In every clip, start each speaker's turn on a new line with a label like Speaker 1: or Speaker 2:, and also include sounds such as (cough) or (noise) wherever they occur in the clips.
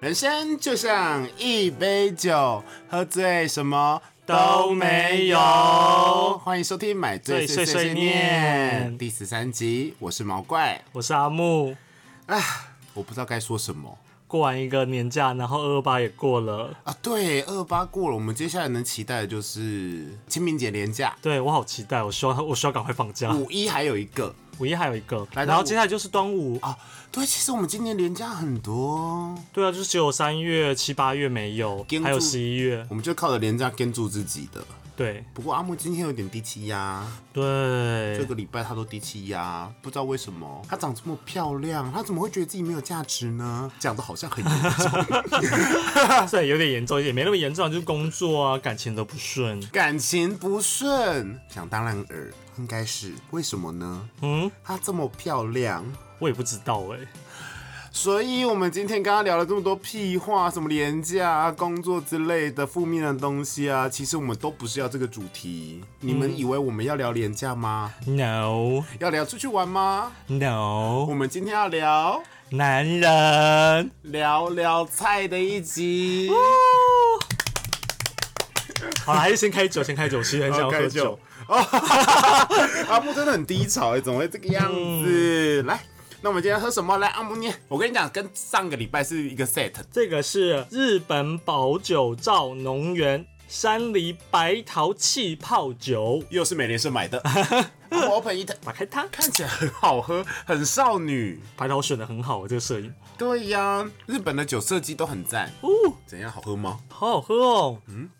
Speaker 1: 人生就像一杯酒，喝醉什么都没有。欢迎收听《买醉碎
Speaker 2: 碎
Speaker 1: 碎
Speaker 2: 碎
Speaker 1: 念》
Speaker 2: 念
Speaker 1: 第十三集，我是毛怪。
Speaker 2: 我是阿木。
Speaker 1: 我不知道该说什么
Speaker 2: 过完一个年假，然后二二八也过了，
Speaker 1: 啊！对，二八过了，我们接下来能期待的就是清明节连假，
Speaker 2: 对我好期待，我希望我需要赶快放假。
Speaker 1: 五一还有一个
Speaker 2: 五一还有一个，
Speaker 1: 来到
Speaker 2: 然后
Speaker 1: 五
Speaker 2: 接下来就是端午。
Speaker 1: 啊。对，其实我们今年连假很多，
Speaker 2: 对啊，就是只有三月、七八月没有
Speaker 1: 跟，
Speaker 2: 还有
Speaker 1: 住
Speaker 2: 十一月。
Speaker 1: 我们就靠着连假跟住自己的。
Speaker 2: 对
Speaker 1: 不过阿木今天有点低气压，这
Speaker 2: (laughs) 对，
Speaker 1: 个礼拜她都低气压，不知道为什么。她长这么漂亮，她怎么会觉得自己没有价值呢？讲的好像很严重，
Speaker 2: 虽然有点严重，也没那么严重，就是工作啊、感情都不顺。
Speaker 1: 感情不顺，想当然尔，应该是为什么呢？
Speaker 2: 嗯，
Speaker 1: 她这么漂亮。
Speaker 2: 我也不知道哎、
Speaker 1: 所以，我们今天刚刚聊了这么多屁话，什么廉价啊、工作之类的负面的东西啊，其实我们都不是要这个主题。你们以为我们要聊廉价吗？
Speaker 2: 嗯 No
Speaker 1: 要聊出去玩吗？我
Speaker 2: No，
Speaker 1: 们今天要聊
Speaker 2: 男人。
Speaker 1: 聊聊菜的一集。
Speaker 2: 好了，还是先开酒，先开酒，其实很想要喝酒。
Speaker 1: 哦， (laughs) 阿木真的很低潮哎，怎么会这个样子？
Speaker 2: 嗯
Speaker 1: 来，那我们今天喝什么？来，阿木念。我跟你讲，跟上个礼拜是一个 set。
Speaker 2: 这个是日本宝酒造农园山梨白桃气泡酒，
Speaker 1: 又是美联社
Speaker 2: (laughs)
Speaker 1: 买的，我 open 一看
Speaker 2: 打开它，
Speaker 1: 看起来很好喝，很少女。
Speaker 2: 白桃选的很好，这个摄影，
Speaker 1: 对呀，日本的酒设计都很赞。
Speaker 2: 哦，
Speaker 1: 怎样好喝吗？
Speaker 2: 好好喝哦，
Speaker 1: 嗯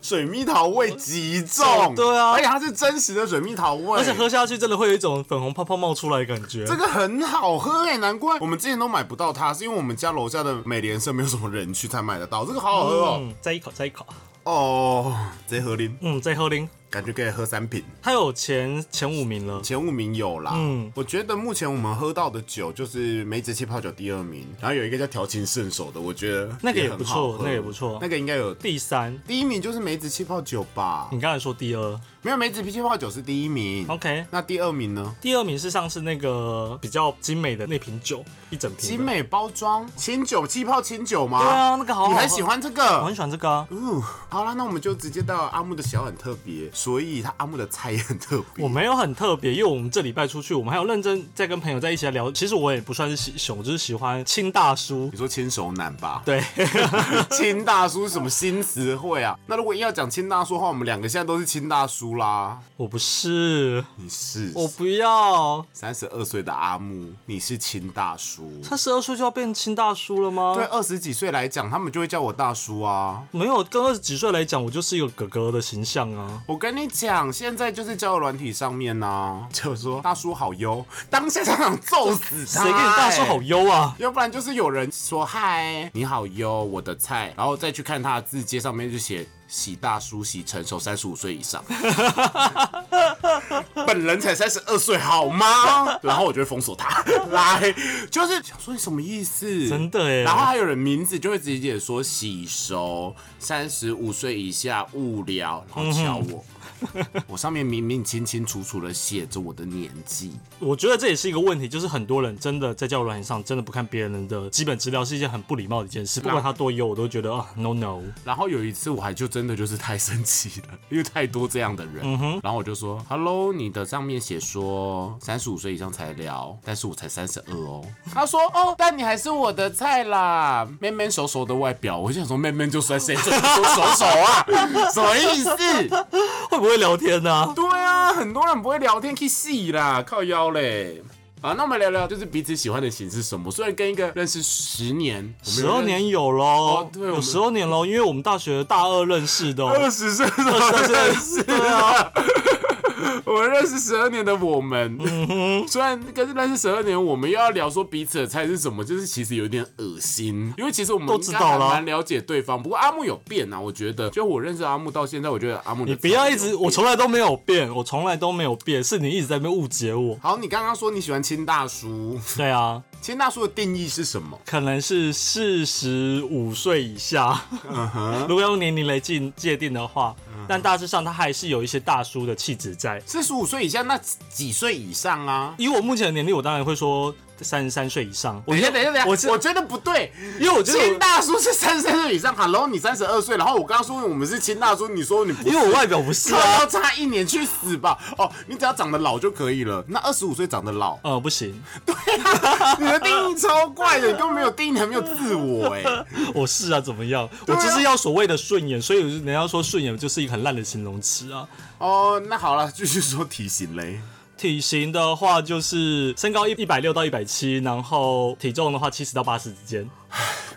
Speaker 1: 水蜜桃味极重，
Speaker 2: 对啊
Speaker 1: 而且它是真实的水蜜桃味，
Speaker 2: 而且喝下去真的会有一种粉红泡泡冒出来的感觉
Speaker 1: 这。个很好喝哎、难怪我们之前都买不到它，是因为我们家楼下的美联社没有什么人去才买得到。这个好好喝哦、
Speaker 2: 嗯，再一口，再一口，
Speaker 1: 哦，这合林
Speaker 2: 嗯，再喝零，
Speaker 1: 感觉可以喝三瓶，
Speaker 2: 它有前前五名了，
Speaker 1: 前五名有啦。嗯
Speaker 2: 嗯，
Speaker 1: 我觉得目前我们喝到的酒就是梅子气泡酒第二名，然后有一个叫调情圣手的，我觉得
Speaker 2: 那个也
Speaker 1: 很
Speaker 2: 不
Speaker 1: 好
Speaker 2: 错
Speaker 1: 喝
Speaker 2: 那个也不错
Speaker 1: 那个应该有。
Speaker 2: 第三，
Speaker 1: 第一名就是梅子气泡酒吧，
Speaker 2: 你刚才说第二
Speaker 1: 没有梅子气泡酒是第一名。
Speaker 2: ，OK，
Speaker 1: 那第二名呢？
Speaker 2: 第二名是上次那个比较精美的那瓶酒，一整瓶的。
Speaker 1: 精美包装清酒气泡清酒吗？
Speaker 2: 对啊，那个好好喝，
Speaker 1: 你很喜欢这
Speaker 2: 我
Speaker 1: 个
Speaker 2: 很？喜欢这个啊。
Speaker 1: 嗯，好啦，那我们就直接到阿木的小很特别，所以他阿木的菜也很特别。
Speaker 2: 我没有很特别，因为我们这礼拜出去，我们还有认真在跟朋友在一起聊。其实我也不算是喜熊，就是喜欢亲大叔
Speaker 1: 你。说亲手男吧？
Speaker 2: 对， (laughs)
Speaker 1: (laughs) 亲大叔是什么新词汇啊？那如果硬要讲亲大叔的话，我们两个现在都是亲大叔啦。
Speaker 2: 我不是，
Speaker 1: 你是
Speaker 2: 我不要。
Speaker 1: 三十二岁的阿木，你是亲大叔。
Speaker 2: 他十二岁就要变亲大叔了吗？
Speaker 1: 对，啊二十几岁来讲，他们就会叫我大叔啊。
Speaker 2: 没有，跟二十几岁来讲，我就是一个哥哥的形象
Speaker 1: (laughs)
Speaker 2: 啊。
Speaker 1: 我跟你讲，现在就是交友软体上面呢、
Speaker 2: (laughs)
Speaker 1: 就说大叔好优，当下想想揍死他、
Speaker 2: 谁跟你大叔好
Speaker 1: 欸？
Speaker 2: 优啊？
Speaker 1: 要不然就是有人说嗨，你好优，我的菜，然后再去看他的字界上面就写喜大叔，喜成熟，三十五岁以
Speaker 2: (laughs)
Speaker 1: 上，本人才三十二岁好吗？然后我就会封锁他， (laughs) 来，就是想说你什么意思？
Speaker 2: 真的耶
Speaker 1: 然后还有人名字就会直接说喜熟，三十五岁以下无聊，然后瞧
Speaker 2: 嗯
Speaker 1: 我。我上面明明清清楚楚的写着我的年纪，
Speaker 2: 我觉得这也是一个问题，就是很多人真的在交友软件上真的不看别人的基本资料，是一件很不礼貌的一件事。不管他多优，我都觉得啊，no no。
Speaker 1: 然后有一次我还就真的就是太生气了，因为太多这样的人，
Speaker 2: 嗯
Speaker 1: 然后我就说，Hello，你的上面写说三十五岁以上才聊，但是我才三十二哦。他说，哦，但你还是我的菜啦，面面熟熟的外表，我就想说面面就算谁说熟熟
Speaker 2: (laughs)
Speaker 1: 啊，什么意思？
Speaker 2: 会不会聊天呢、
Speaker 1: 对啊，很多人不会聊天去戏啦，靠腰嘞。好，那我们聊聊就是彼此喜欢的型是什么。虽然跟一个认识十年、我们
Speaker 2: 十
Speaker 1: 有
Speaker 2: 二
Speaker 1: 认识
Speaker 2: 年有喽
Speaker 1: 哦，对我们
Speaker 2: 有十二年喽，因为我们大学大二认识的哦，
Speaker 1: 二 (laughs) 十岁的时候认识
Speaker 2: 对啊，
Speaker 1: (laughs) 我们认识十二年的我们，虽然跟认识十二年，我们又要聊说彼此的菜是什么，就是其实有点恶心，因为其实我们
Speaker 2: 都知
Speaker 1: 应
Speaker 2: 道
Speaker 1: 该
Speaker 2: 了
Speaker 1: 还蛮了解对方。不过阿木有变啊，我觉得，就我认识阿木到现在，我觉得阿木的
Speaker 2: 你不要一
Speaker 1: 菜
Speaker 2: 直，
Speaker 1: 有
Speaker 2: 我从来都没有变，我从来都没有变，是你一直在那边误
Speaker 1: (laughs)
Speaker 2: 解我。
Speaker 1: 好，你刚刚说你喜欢亲大叔，
Speaker 2: 对啊，
Speaker 1: 亲大叔的定义是什么？
Speaker 2: 可能是四十五岁以下，
Speaker 1: 嗯
Speaker 2: (laughs) 如果用年龄来界界定的话，但大致上他还是有一些大叔的气质在。
Speaker 1: 四十五岁以下，那几岁以上啊？
Speaker 2: 以我目前的年龄，我当然会说三十三岁以上。我
Speaker 1: 等一下，等一下，等一下，
Speaker 2: 我
Speaker 1: 我
Speaker 2: 是
Speaker 1: 我觉得不对，
Speaker 2: 因为我觉得
Speaker 1: 亲
Speaker 2: 我
Speaker 1: 大叔是三十三岁以上，Hello，你三十二岁，然后我刚刚说我们是亲大叔，你说你不
Speaker 2: 因
Speaker 1: 是
Speaker 2: 为我外表不是
Speaker 1: (laughs)
Speaker 2: 啊，，
Speaker 1: 靠腰差一年去死吧！哦，你只要长得老就可以了。那二十五岁长得老
Speaker 2: 呃，不行，
Speaker 1: 你的定义超怪的，你根本没有定义，还没有自我哎、
Speaker 2: (laughs) 我是啊，怎么样？我
Speaker 1: 啊
Speaker 2: 就是要所谓的顺眼，所以人家说顺眼就是一个很烂的形容词啊。
Speaker 1: 哦，那好了，继续说体型嘞。
Speaker 2: 体型的话就是身高一一百六到一百七，然后体重的话七十到八十之间。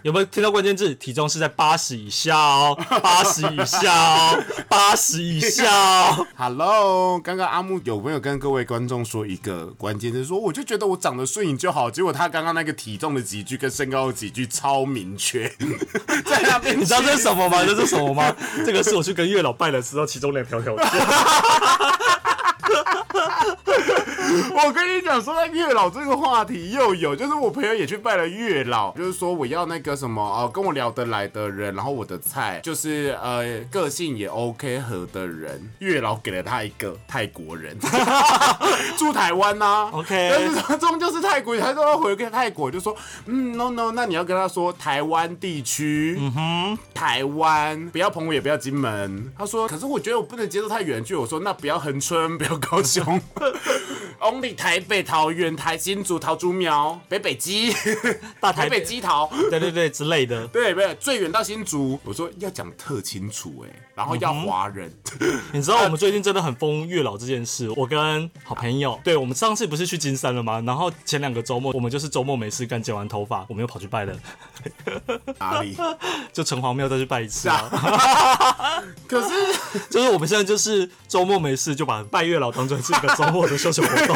Speaker 2: 有没有听到关键字？体重是在八十以
Speaker 1: (laughs)
Speaker 2: 下哦，八十以下哦，八十以下哦。
Speaker 1: Hello，刚刚阿木有没有跟各位观众说一个关键就是说我就觉得我长得顺眼就好，结果他刚刚那个体重的几句跟身高的几句超明确， (laughs) 在那边
Speaker 2: 你知道这是
Speaker 1: 气
Speaker 2: 什么吗？这是什么吗？这个是我去跟月老拜的时候，其中两条条
Speaker 1: (laughs)
Speaker 2: 线。
Speaker 1: (laughs) 我跟你讲，说到月老这个话题，又有就是我朋友也去拜了月老，就是说我要那个什么呃，跟我聊得来的人，然后我的菜就是呃个性也 OK 合的人。月老给了他一个泰国人， (laughs) 住台湾呐、
Speaker 2: OK
Speaker 1: 但是他终究是泰国人，他说要回给泰国，就说嗯 no no，那你要跟他说台湾地区，嗯哼，台湾不要澎湖也不要金门。他说可是我觉得我不能接受太远距，我说那不要恒春，不要高雄。Only 台北、桃园、台新竹、桃竹苗、北北基、
Speaker 2: 大
Speaker 1: 台
Speaker 2: 台
Speaker 1: 北
Speaker 2: 北，
Speaker 1: 基桃，
Speaker 2: 对对对之类的。
Speaker 1: 对，不是最远到新竹。我说要讲特清楚哎、然后要华 (laughs) 人，
Speaker 2: 你知道我们最近真的很疯月老这件事。我跟好朋友，对我们上次不是去金山了吗？然后前两个周末，我们就是周末没事干，剪完头发，我们又跑去拜了， (laughs)
Speaker 1: 哪里？ (laughs)
Speaker 2: 就城隍庙再去拜一次啊。
Speaker 1: 可是
Speaker 2: 就是我们现在就是周末没事，就把拜月老当成是一个周末的休闲活
Speaker 1: (laughs)
Speaker 2: 动。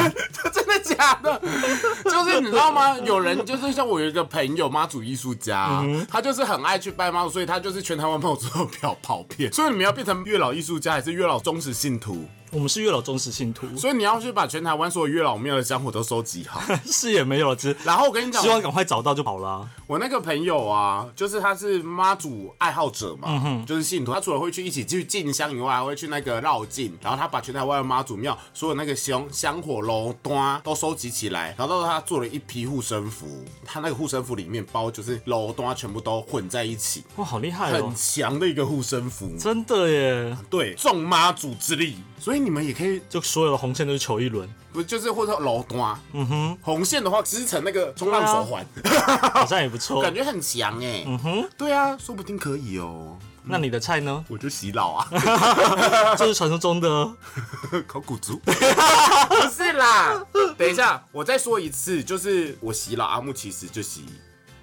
Speaker 1: 真的假的？ (laughs) 就是你知道吗？有人就是像我有一个朋友，妈祖艺术家，啊
Speaker 2: 嗯
Speaker 1: 他就是很爱去拜妈祖，所以他就是全台湾朋友最后跑跑遍。 (laughs) 所以你们要变成月老艺术家，还是月老忠实信徒？
Speaker 2: 我们是月老忠实信徒，
Speaker 1: 所以你要去把全台湾所有月老庙的香火都收集好。
Speaker 2: 是也没有了，只是
Speaker 1: 然后我跟你讲，
Speaker 2: 希望赶快找到就好啦。
Speaker 1: 我那个朋友啊，就是他是妈祖爱好者嘛，就是信徒。他除了会去一起去进香以外，还会去那个绕境，然后他把全台湾的妈祖庙所有那个香香火楼端都收集起来，然后到时候他做了一批护身符，他那个护身符里面包就是楼端全部都混在一起，
Speaker 2: 哇，好厉害哦
Speaker 1: 很！强的一个护身符。
Speaker 2: 真的耶，
Speaker 1: 对，众妈祖之力，所以你们也可以，
Speaker 2: 就所有的红线都是求
Speaker 1: (laughs)
Speaker 2: 一轮，
Speaker 1: 不就是或者楼端，嗯哼，红线的话织成那个冲浪手环，
Speaker 2: 好像也不错
Speaker 1: 感。觉很强哎、嗯哼，对啊，说不定可以哦。
Speaker 2: 那你的菜呢？
Speaker 1: 我就洗脑 (laughs) 啊，
Speaker 2: 就是传说中的
Speaker 1: 考古族不是啦。等一下，我再说一次，就是我洗脑阿木其实就洗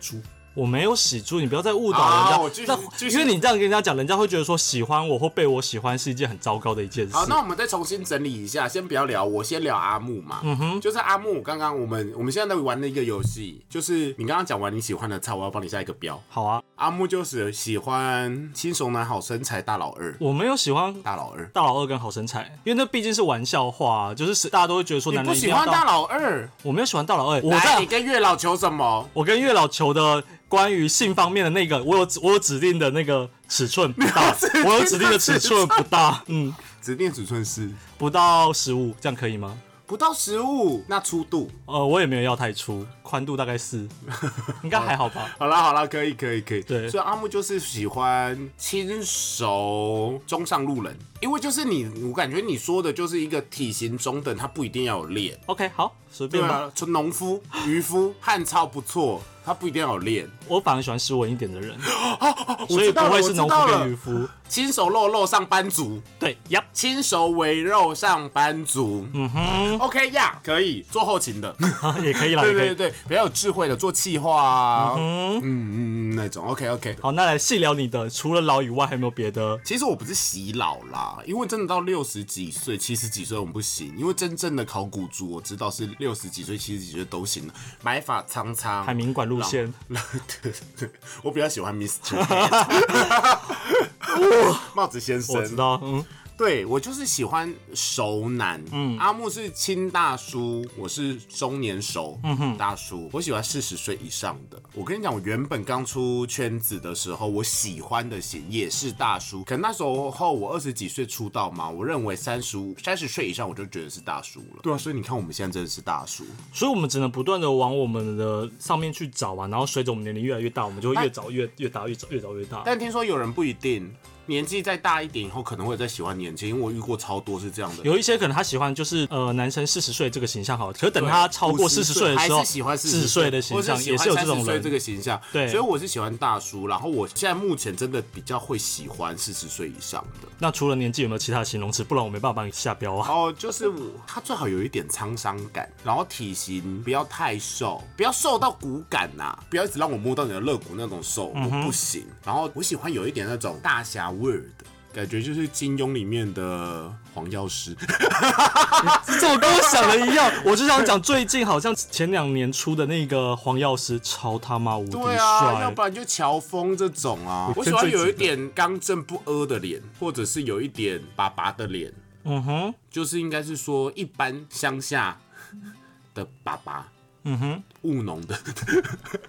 Speaker 1: 猪，
Speaker 2: 我没有洗猪，你不要再误导人家。
Speaker 1: 好我继续
Speaker 2: 那
Speaker 1: 继续
Speaker 2: 因为你这样跟人家讲，人家会觉得说喜欢我或被我喜欢是一件很糟糕的一件事
Speaker 1: 好，。那我们再重新整理一下，先不要聊我，先聊阿木嘛。嗯哼，就是阿木，刚刚我们我们现在在玩的一个游戏，就是你刚刚讲完你喜欢的菜，我要帮你下一个标。
Speaker 2: 好啊，
Speaker 1: 阿木就是喜欢轻熟男好身材大老二，
Speaker 2: 我没有喜欢
Speaker 1: 大老二。
Speaker 2: 大老二跟好身材，因为那毕竟是玩笑话、就是是大家都会觉得说
Speaker 1: 你
Speaker 2: 男
Speaker 1: 不
Speaker 2: 人一定
Speaker 1: 喜
Speaker 2: 要
Speaker 1: 欢大
Speaker 2: 到。
Speaker 1: 老二？
Speaker 2: 我没有喜欢大老二，我
Speaker 1: 来，你
Speaker 2: 在
Speaker 1: 跟月老求什么？
Speaker 2: 我跟月老求的关于性方面的那个，我有我有指定的那个尺寸不大， (laughs) 我有指定的尺寸不 (laughs) 大，嗯，
Speaker 1: 指定尺寸是
Speaker 2: 不到十五，这样可以吗？
Speaker 1: 不到十五，那粗度
Speaker 2: 呃，我也没有要太粗，宽度大概四，应该 (laughs) 还好吧。
Speaker 1: 好啦好啦，可以可以可以。
Speaker 2: 对
Speaker 1: 所以阿木就是喜欢亲熟中上路人，因为就是你，我感觉你说的就是一个体型中等，他不一定要有练。
Speaker 2: OK，好，随
Speaker 1: 对
Speaker 2: 便吧。
Speaker 1: 啊，从农夫、渔夫、汉超不错，他不一定要有练。
Speaker 2: 我反而喜欢斯文一点的人，
Speaker 1: 我
Speaker 2: 所以
Speaker 1: 知
Speaker 2: 不
Speaker 1: 道了
Speaker 2: 会
Speaker 1: 我
Speaker 2: 是
Speaker 1: 知
Speaker 2: 农
Speaker 1: 道
Speaker 2: 夫跟
Speaker 1: 了
Speaker 2: 渔夫。
Speaker 1: 亲手肉肉上班族，
Speaker 2: 对
Speaker 1: (laughs)
Speaker 2: 呀，
Speaker 1: 亲手围肉上班族。嗯哼，OK 呀、可以做后勤
Speaker 2: (laughs)
Speaker 1: 的。
Speaker 2: 啊也可以啦，
Speaker 1: 对
Speaker 2: 也可
Speaker 1: 对
Speaker 2: 以。
Speaker 1: 对，比较有智慧的做企划啊，嗯嗯嗯那种。OK OK，
Speaker 2: 好，那来细聊你的，除了老以外，还有没有别的？
Speaker 1: 其实我不是洗脑啦，因为真的到六十几岁、七十几岁我们不行，因为真正的考古族我知道是六十几岁、七十几岁都行了，白发苍苍。
Speaker 2: 海明馆路线，
Speaker 1: (laughs) 对对，
Speaker 2: (laughs)
Speaker 1: 我比较喜欢 Mr. 帽子先
Speaker 2: 我知
Speaker 1: 生。
Speaker 2: 道，嗯，
Speaker 1: 对我就是喜欢熟男，嗯，阿木是亲大叔，我是中年熟，嗯哼，大叔，我喜欢四十岁以上的。我跟你讲，我原本刚出圈子的时候，我喜欢的型也是大叔，可那时候我二十几岁出道嘛，我认为三十五、三十岁以上我就觉得是大叔了。对啊，所以你看我们现在真的是大叔，
Speaker 2: 所以我们只能不断的往我们的上面去找啊，然后随着我们年龄越来越大，我们就会越找越越大，越找越找越大。
Speaker 1: 但听说有人不一定。年纪再大一点以后，可能会再喜欢年轻，因为我遇过超多是这样的人。
Speaker 2: 有一些可能他喜欢就是呃男生四十岁这个形象好，可是等他超过四
Speaker 1: 50
Speaker 2: 十岁的时
Speaker 1: 还
Speaker 2: 候，
Speaker 1: 是喜欢
Speaker 2: 四
Speaker 1: 40
Speaker 2: 十岁的形象也是有
Speaker 1: 或者
Speaker 2: 这种
Speaker 1: 喜欢30岁这
Speaker 2: 人。
Speaker 1: 个形象，
Speaker 2: 对
Speaker 1: 所以我是喜欢大叔，然后我现在目前真的比较会喜欢四十岁以上的。
Speaker 2: 那除了年纪有没有其他形容词？不然我没办法帮你下标啊。
Speaker 1: 哦，就是我，他最好有一点沧桑感，然后体型不要太瘦，不要瘦到骨感呐、不要一直让我摸到你的肋骨那种瘦，
Speaker 2: 嗯
Speaker 1: 我不行。然后我喜欢有一点那种大侠味儿的感觉，就是金庸里面的黄药师。
Speaker 2: 这我跟我想的一样， (laughs) 我就想讲最近好像前两年出的那个黄药师超他妈无敌
Speaker 1: 对啊，要
Speaker 2: 帅
Speaker 1: 不，然就乔峰这种啊，我喜欢有一点刚正不阿的脸，或者是有一点爸爸的脸，
Speaker 2: 嗯哼，
Speaker 1: 就是应该是说一般乡下的爸爸，嗯哼，务农的， (laughs)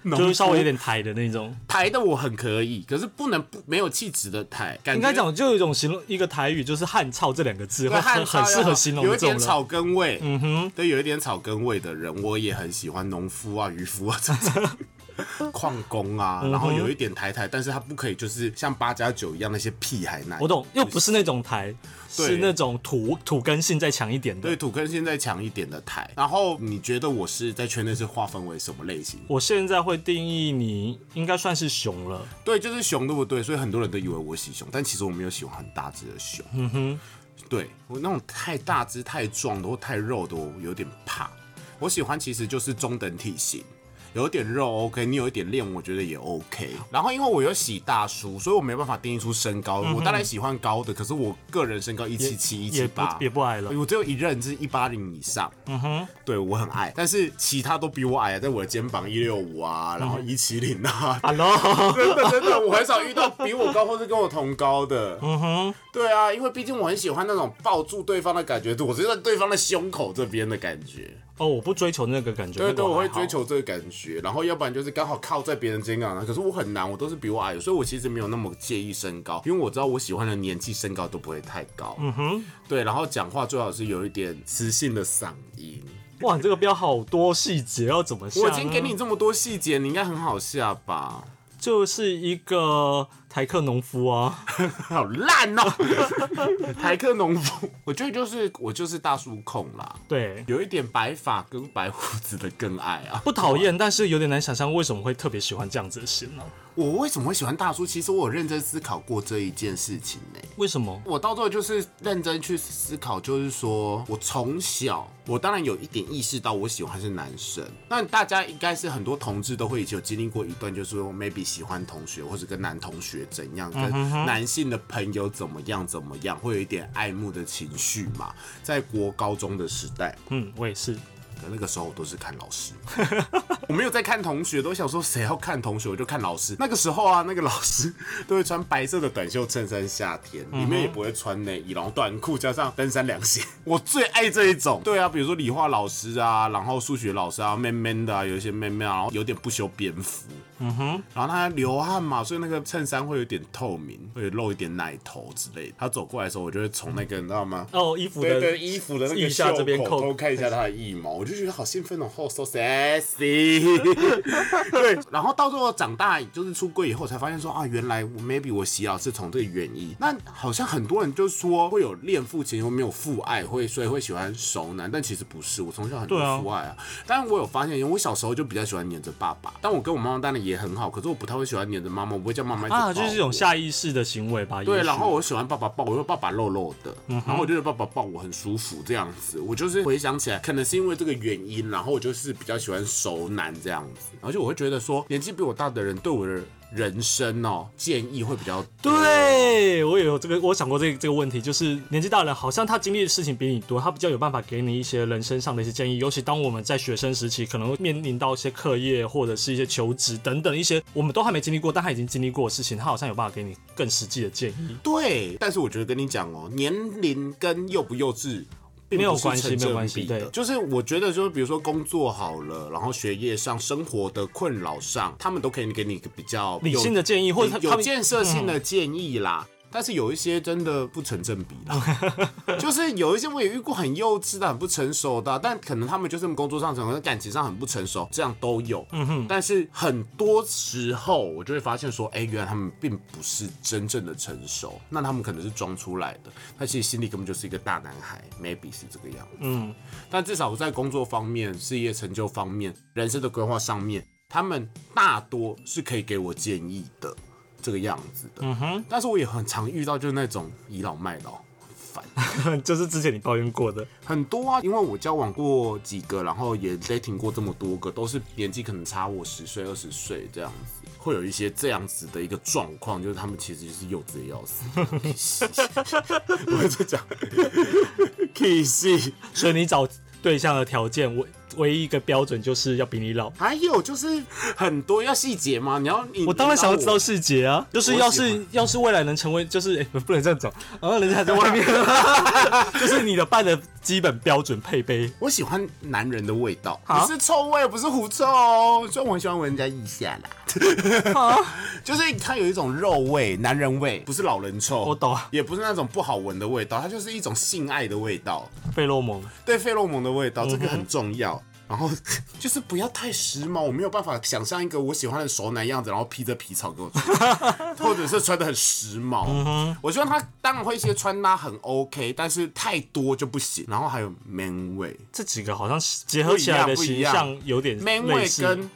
Speaker 1: 农
Speaker 2: 就是
Speaker 1: 夫
Speaker 2: 稍微有点抬的那种。
Speaker 1: 抬的我很可以，可是不能不没有气质的抬，感觉
Speaker 2: 应该。讲就有一种形容一个台语，就是“汉操”这两个字，
Speaker 1: 对
Speaker 2: 会
Speaker 1: 汉
Speaker 2: 很
Speaker 1: 朝
Speaker 2: 很适合形容
Speaker 1: 有
Speaker 2: 这
Speaker 1: 一
Speaker 2: 种
Speaker 1: 点
Speaker 2: 人。
Speaker 1: 草根味，嗯哼，对，有一点草根味的人，我也很喜欢农夫啊、渔夫啊这种矿工啊，
Speaker 2: 嗯
Speaker 1: 然后有一点抬抬，但是他不可以就是像八加九一样那些屁孩那样
Speaker 2: 我懂，又不是那种台，
Speaker 1: 对
Speaker 2: 是那种土土根性再强一点的。
Speaker 1: 对土坑现在强一点的台。然后你觉得我是在圈内是划分为什么类型？
Speaker 2: 我现在会定义你应该算是熊了，
Speaker 1: 对，就是熊，对不对？所以很多人都以为我喜熊，但其实我没有喜欢很大只的熊。嗯哼，对我那种太大只、太壮的或太肉的，我有点怕。我喜欢其实就是中等体型。有点肉 OK，你有一点练，我觉得也 OK。然后因为我有喜大叔，所以我没办法定义出身高。我当然喜欢高的，可是我个人身高一七七、一七
Speaker 2: 也不
Speaker 1: 八，哎
Speaker 2: 也不矮了。
Speaker 1: 我只有一任是一八零以上，嗯哼，对我很矮，但是其他都比我矮啊，在我的肩膀一六五啊，然后一七零啊，
Speaker 2: Hello，
Speaker 1: (laughs) 真的真的，我很少遇到比我高或是跟我同高的，嗯哼，对啊，因为毕竟我很喜欢那种抱住对方的感觉，我是在对方的胸口这边的感觉，
Speaker 2: (laughs) 哦，我不追求那个感觉，
Speaker 1: 对
Speaker 2: 那个
Speaker 1: 对，我会
Speaker 2: 还好
Speaker 1: 追。求这个感觉，然后要不然就是刚好靠在别人肩膀上，可是我很难，我都是比我矮的，所以我其实没有那么介意身高，因为我知道我喜欢的年纪身高都不会太高，嗯哼，对，然后讲话最好是有一点磁性的嗓音。
Speaker 2: 哇，你这个标好多细节，要怎么下呢？
Speaker 1: 我已经给你这么多细节，你应该很好下吧？
Speaker 2: 就是一个台客农夫啊， (laughs)
Speaker 1: 好烂哦、哦 (laughs) 台客农夫，我觉得就是我就是大叔控啦，
Speaker 2: 对，
Speaker 1: 有一点白发跟白胡子的更爱啊。
Speaker 2: 不讨厌，但是有点难想象为什么会特别喜欢这样子的型呢、啊
Speaker 1: 我为什么会喜欢大叔？其实我有认真思考过这一件事情呢、
Speaker 2: 为什么？
Speaker 1: 我到最后就是认真去思考，就是说我从小，我当然有一点意识到我喜欢是男生。那大家应该是很多同志都会以前有经历过一段，就是说 maybe 喜欢同学或者跟男同学怎样，跟男性的朋友怎么样怎么样，会有一点爱慕的情绪嘛。在国高中的时代，
Speaker 2: 嗯，我也是。
Speaker 1: 可那个时候我都是看老师， (laughs) 我没有在看同学，都想说谁要看同学，我就看老师。那个时候啊，那个老师都会穿白色的短袖衬衫，夏天里面也不会穿内衣，然后短裤加上登山凉鞋，我最爱这一种。对啊，比如说理化老师啊，然后数学老师啊，man man 的啊，有一些 man man，啊然后有点不修边幅。然后他流汗嘛，所以那个衬衫会有点透明，会露一点奶头之类的。他走过来的时候，我就会从那个你知道吗？
Speaker 2: 哦，衣服的
Speaker 1: 对对，衣服的那个
Speaker 2: 腋下这边
Speaker 1: 袖口
Speaker 2: 扣
Speaker 1: 偷看一下他的腋毛， (laughs) 我就觉得好兴奋哦，oh so sexy。对，然后到最后长大，就是出柜以后才发现说啊，原来我 maybe 我洗澡是从这个原因。那好像很多人就说会有恋父情，或没有父爱，会所以会喜欢熟男，但其实不是，我从小很多
Speaker 2: 对啊
Speaker 1: 父爱啊。但我有发现，因为我小时候就比较喜欢黏着爸爸，但我跟我妈妈当然也很好，可是我不太会喜欢黏着妈妈，我不会叫妈妈一直
Speaker 2: 啊，
Speaker 1: 抱
Speaker 2: 就是这
Speaker 1: 我
Speaker 2: 种下意识的行为吧。也
Speaker 1: 对，
Speaker 2: 许
Speaker 1: 然后我喜欢爸爸抱，我说爸爸肉肉的，
Speaker 2: 嗯
Speaker 1: 然后我觉得爸爸抱我很舒服这样子。我就是回想起来，可能是因为这个原因，然后我就是比较喜欢熟男这样子，而且我会觉得说，年纪比我大的人对我的人生哦建议会比较多。
Speaker 2: 对，我也有这个，我想过这个这个问题，就是年纪大了，好像他经历的事情比你多，他比较有办法给你一些人生上的一些建议。尤其当我们在学生时期，可能会面临到一些课业或者是一些求职等等一些我们都还没经历过，但他已经经历过的事情，他好像有办法给你更实际的建议。
Speaker 1: 对，但是我觉得跟你讲哦，年龄跟幼不幼稚。并
Speaker 2: 没有
Speaker 1: 不是
Speaker 2: 关系
Speaker 1: 成
Speaker 2: 没有
Speaker 1: 正
Speaker 2: 关系
Speaker 1: 比的
Speaker 2: 对
Speaker 1: 就是我觉得，就是比如说工作好了，然后学业上、生活的困扰上，他们都可以给你一个比较
Speaker 2: 理
Speaker 1: 有
Speaker 2: 性的建议，或者他他
Speaker 1: 有
Speaker 2: 们
Speaker 1: 建设性的建议啦。但是有一些真的不成正比啦，
Speaker 2: (laughs)
Speaker 1: 就是有一些我也遇过很幼稚的、很不成熟的啊、但可能他们就是工作上、可能感情上很不成熟，这样都有。嗯哼。但是很多时候我就会发现说，哎、原来他们并不是真正的成熟，那他们可能是装出来的，他其实心里根本就是一个大男孩，maybe 是这个样子。嗯。但至少我在工作方面、事业成就方面、人生的规划上面，他们大多是可以给我建议的。这个样子的。嗯哼，但是我也很常遇到，就是那种倚老卖老，烦
Speaker 2: (laughs) 就是之前你抱怨过的，
Speaker 1: 很多啊。因为我交往过几个，然后也 dating 过这么多个，都是年纪可能差我十岁、二十岁这样子，会有一些这样子的一个状况，就是他们其实就是幼稚的要死。 (laughs) 我就讲 kiss。
Speaker 2: 所以你找对象的条件，唯唯一一个标准就是要比你老。
Speaker 1: 还有就是很多要细节嘛，你要你
Speaker 2: 我当然想要知道
Speaker 1: 你
Speaker 2: 细节啊，就是要
Speaker 1: 我喜
Speaker 2: 是要是未来能成为，就是、诶不能这样讲，然后人家还在外面， (laughs) 就是你的伴的基本标准配备。
Speaker 1: 我喜欢男人的味道，
Speaker 2: 啊
Speaker 1: 不是臭味，不是狐臭哦。虽然我很喜欢闻人家腋下啦， (laughs) 就是它有一种肉味、男人味，不是老人臭，
Speaker 2: 我懂啊
Speaker 1: 也不是那种不好闻的味道，它就是一种性爱的味道，
Speaker 2: 费洛蒙，
Speaker 1: 对费洛蒙的味
Speaker 2: 嗯
Speaker 1: 道，这个很重要。然后 (laughs) 就是不要太时髦，我没有办法想象一个我喜欢的熟男样子，然后披着皮草给我穿，
Speaker 2: (laughs)
Speaker 1: 或者是穿的很时髦。
Speaker 2: 嗯
Speaker 1: 我希望他当然会一些穿搭很 OK，但是太多就不行。然后还有 man 味。
Speaker 2: 这几个好像是结合起来的
Speaker 1: 不
Speaker 2: 形
Speaker 1: 一样不一样
Speaker 2: 象有点
Speaker 1: man
Speaker 2: 类
Speaker 1: 味
Speaker 2: 似。
Speaker 1: 跟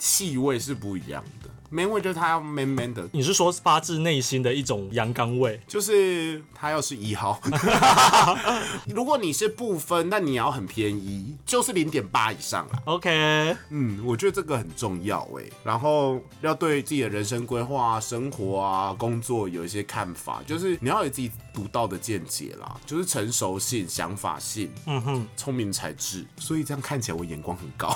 Speaker 1: 气味是不一样的。man 味就是他要 man man 的，
Speaker 2: 你是说发自内心的一种阳刚味？
Speaker 1: 就是他要是一
Speaker 2: (laughs)
Speaker 1: 号。如果你是不分，那你也要很偏一，就是零点八以上啦。
Speaker 2: OK，
Speaker 1: 嗯，我觉得这个很重要哎。然后要对自己的人生规划啊、生活啊、工作有一些看法，就是你要有自己独到的见解啦，就是成熟性、想法性、嗯哼，聪明才智。所以这样看起来我眼光很高。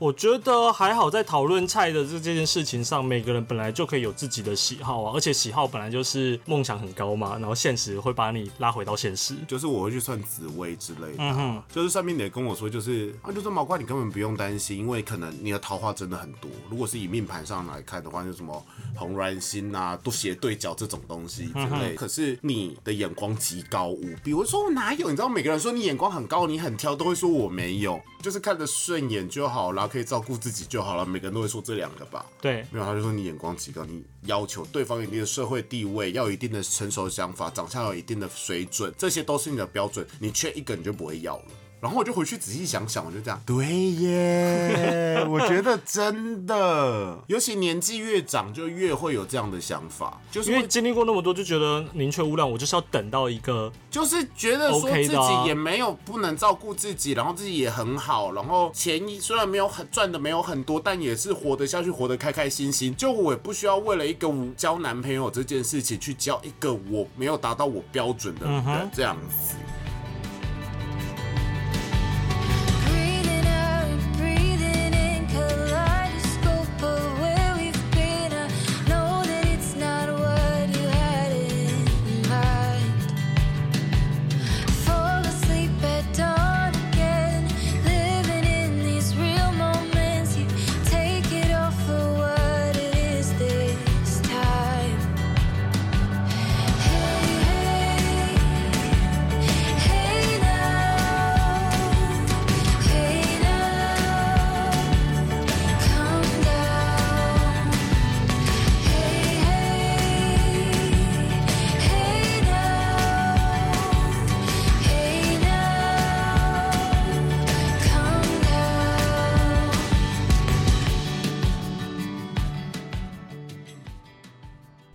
Speaker 2: 我觉得还好，在讨论菜的这这件事情上，每个人本来就可以有自己的喜好啊，而且喜好本来就是梦想很高嘛，然后现实会把你拉回到现实。
Speaker 1: 就是我会去算紫薇之类的啊、就是算命的也跟我说，就是啊，就说毛怪你根本不用担心，因为可能你的桃花真的很多。如果是以命盘上来看的话，就什么红鸾星啊、都斜对角这种东西之类。可是你的眼光极高无比，我说我哪有？你知道每个人说你眼光很高，你很挑，都会说我没有，就是看得顺眼就好啦，可以照顾自己就好了。每个人都会说这两个吧。
Speaker 2: 对，
Speaker 1: 没有，他就说你眼光极高，你要求对方有一定的社会地位，要有一定的成熟想法，长相要有一定的水准，这些都是你的标准，你缺一个你就不会要了。然后我就回去仔细想想，我就这样，对 (laughs) 耶，我觉得真的， (laughs) 尤其年纪越长，就越会有这样的想法，就是
Speaker 2: 因为
Speaker 1: 会
Speaker 2: 经历过那么多，就觉得宁缺毋滥，我就是要等到一个
Speaker 1: 就是觉得说
Speaker 2: OK
Speaker 1: 自
Speaker 2: 的啊
Speaker 1: 己也没有不能照顾自己，然后自己也很好，然后钱虽然没有很赚的没有很多，但也是活得下去，活得开开心心。就我也不需要为了一个我交男朋友这件事情去交一个我没有达到我标准的人、这样
Speaker 2: 嗯
Speaker 1: 子。
Speaker 3: Breathing out, breathing in, kaleidoscope of where we've been. I know that it's not what you had in mind. Fall asleep at dawn again, living in these real moments. You take it all for what it is this time. Hey, hey.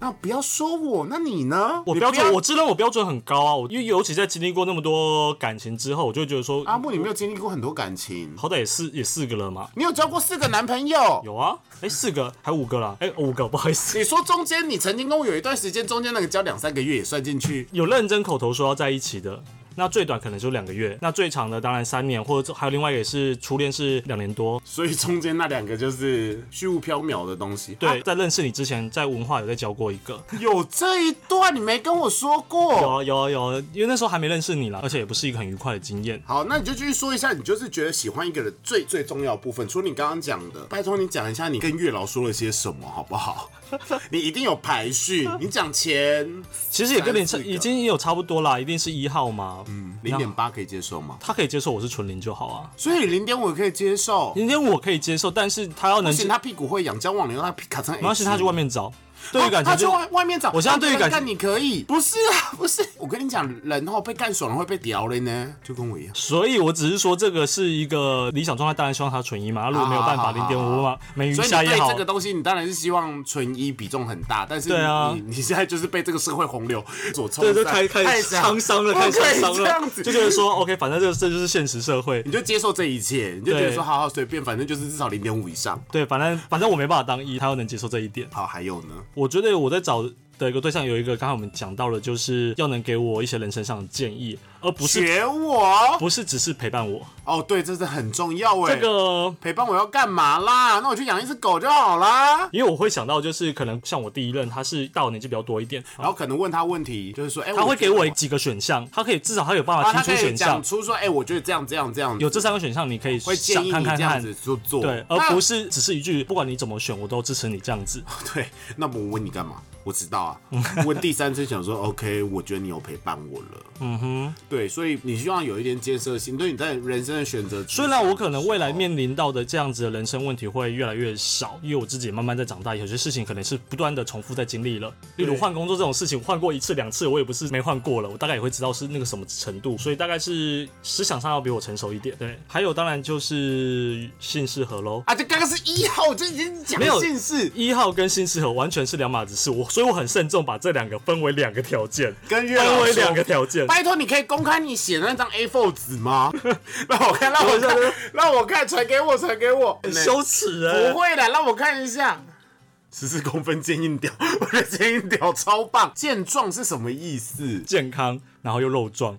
Speaker 1: 那不要说我，那你呢？
Speaker 2: 我
Speaker 1: 你
Speaker 2: 标
Speaker 1: 不要
Speaker 2: 准，我自认我标准很高啊。我因为尤其在经历过那么多感情之后，我就会觉得说，
Speaker 1: 阿木，你没有经历过很多感情，
Speaker 2: 好歹也四也四个了嘛。
Speaker 1: 你有交过四个男朋友。
Speaker 2: 有啊，哎、四个还五个啦，哎、五个，不好意思。
Speaker 1: 你说中间你曾经跟我有一段时间，中间那个交两三个月也算进去，
Speaker 2: 有认真口头说要在一起的，那最短可能就两个月，那最长的当然三年，或者还有另外一个也是初恋是两年多。
Speaker 1: 所以中间那两个就是虚无缥缈的东西。
Speaker 2: 对，
Speaker 1: 啊
Speaker 2: 在认识你之前，在文化有在教过一个，
Speaker 1: (laughs) 有这一段你没跟我说
Speaker 2: 有
Speaker 1: 过。
Speaker 2: 啊有啊有啊，因为那时候还没认识你啦，而且也不是一个很愉快的经验。
Speaker 1: 好，那你就继续说一下，你就是觉得喜欢一个人最最重要的部分，除了你刚刚讲的，拜托你讲一下你跟月老说了些什么，好不好？ (laughs) 你一定有排序，你讲前
Speaker 2: (laughs) 其实也跟你差，
Speaker 1: 三四个
Speaker 2: 已经也有差不多啦，一定是一号嘛。嗯，
Speaker 1: 零点八可以接受吗？
Speaker 2: 他可以接受我是纯零就好啊，
Speaker 1: 所以零点五可以接受，
Speaker 2: 零点五我可以接受，但是他要
Speaker 1: 不
Speaker 2: 能
Speaker 1: 行，他屁股会痒，交往你让他卡成 H。
Speaker 2: 没关系，他去外面找。对于感
Speaker 1: 啊他
Speaker 2: 情
Speaker 1: 去
Speaker 2: 就
Speaker 1: 外外面找。
Speaker 2: 我现在对于感情
Speaker 1: 干你可以，不是啊，不是。我跟你讲，人哦被干爽了会被屌了呢，就跟我一样。
Speaker 2: 所以，我只是说这个是一个理想状态，当然希望他纯一嘛。如果没有办
Speaker 1: 好好
Speaker 2: 法，零
Speaker 1: 好
Speaker 2: 点五嘛，没余
Speaker 1: 所以
Speaker 2: 下
Speaker 1: 你
Speaker 2: 也
Speaker 1: 对
Speaker 2: 好
Speaker 1: 这。个东西，你当然是希望纯一比重很大，但是
Speaker 2: 对啊
Speaker 1: 你你现在就是被这个社会洪流所冲
Speaker 2: 对，
Speaker 1: 散，
Speaker 2: 就开开
Speaker 1: 太
Speaker 2: 始
Speaker 1: 惨
Speaker 2: 沧桑了，
Speaker 1: 不
Speaker 2: 开始
Speaker 1: 可以
Speaker 2: 沧桑
Speaker 1: 哦这样
Speaker 2: 了，
Speaker 1: 子，
Speaker 2: 就觉得说 OK，反正这这就是现实社会
Speaker 1: 你。就接受这一切，你就觉得
Speaker 2: 对
Speaker 1: 说好好随便，反正就是至少零点五以上。
Speaker 2: 对，反正反正我没办法当一，他又能接受这一点。
Speaker 1: 好，还有呢？
Speaker 2: 我觉得我在找的一个对象有一个，刚才我们讲到了，就是要能给我一些人生上的建议，而不是
Speaker 1: 学我
Speaker 2: 不是只是陪伴我。
Speaker 1: 哦，对，这是很重要哎。
Speaker 2: 这个
Speaker 1: 陪伴我要干嘛啦？那我去养一只狗就好啦。
Speaker 2: 因为我会想到，就是可能像我第一任，他是大我年纪比较多一点，
Speaker 1: 然后可能问他问题，就是说，哎、
Speaker 2: 他会给我
Speaker 1: 一。
Speaker 2: 几个选项，他可以至少他有办
Speaker 1: 啊，
Speaker 2: 法
Speaker 1: 他可
Speaker 2: 提出
Speaker 1: 以
Speaker 2: 选
Speaker 1: 讲
Speaker 2: 项，
Speaker 1: 出说，哎、我觉得这样这样这样，
Speaker 2: 有这三个选项你可以
Speaker 1: 会建
Speaker 2: 想
Speaker 1: 议
Speaker 2: 看
Speaker 1: 你
Speaker 2: 看
Speaker 1: 这样
Speaker 2: 看
Speaker 1: 子。去做，
Speaker 2: 对，而不是只是一句不管你怎么选，我都支持你这样子。
Speaker 1: 那 (laughs) 对。那么我问你干嘛？我知道
Speaker 2: (laughs)
Speaker 1: 啊，问第三次想说，OK，我觉得你有陪伴我了，嗯哼，对，所以你希望有一点建设性，对你在人生的选择，
Speaker 2: 虽然我可能未来面临到的这样子的人生问题会越来越少，因为我自己也慢慢在长大，有些事情可能是不断的重复在经历了。例如
Speaker 1: 对
Speaker 2: 换工作这种事情，换过一次两次，我也不是没换过了，我大概也会知道是那个什么程
Speaker 1: 嗯
Speaker 2: 度，所以大概是思想上要比我成熟一点。对，还有当然就是性适合喽。
Speaker 1: 啊，这刚刚是一号，这已经讲
Speaker 2: 没有
Speaker 1: 姓氏，
Speaker 2: 一号跟性适合完全是两码子事，我所以我很慎重把这两个分为两个条件，
Speaker 1: 跟月老
Speaker 2: 分为
Speaker 1: 说
Speaker 2: 两个条件。
Speaker 1: 拜托，你可以公开你写的那张 A4 纸
Speaker 2: (laughs)
Speaker 1: 吗？让我看，让我看，让我看，传给我，传给我，
Speaker 2: 很羞耻哎、
Speaker 1: 不会的，让我看一下。十四公分坚硬屌， (laughs) 我的坚硬屌超棒。健壮是什么意思？
Speaker 2: 健康，然后又肉壮，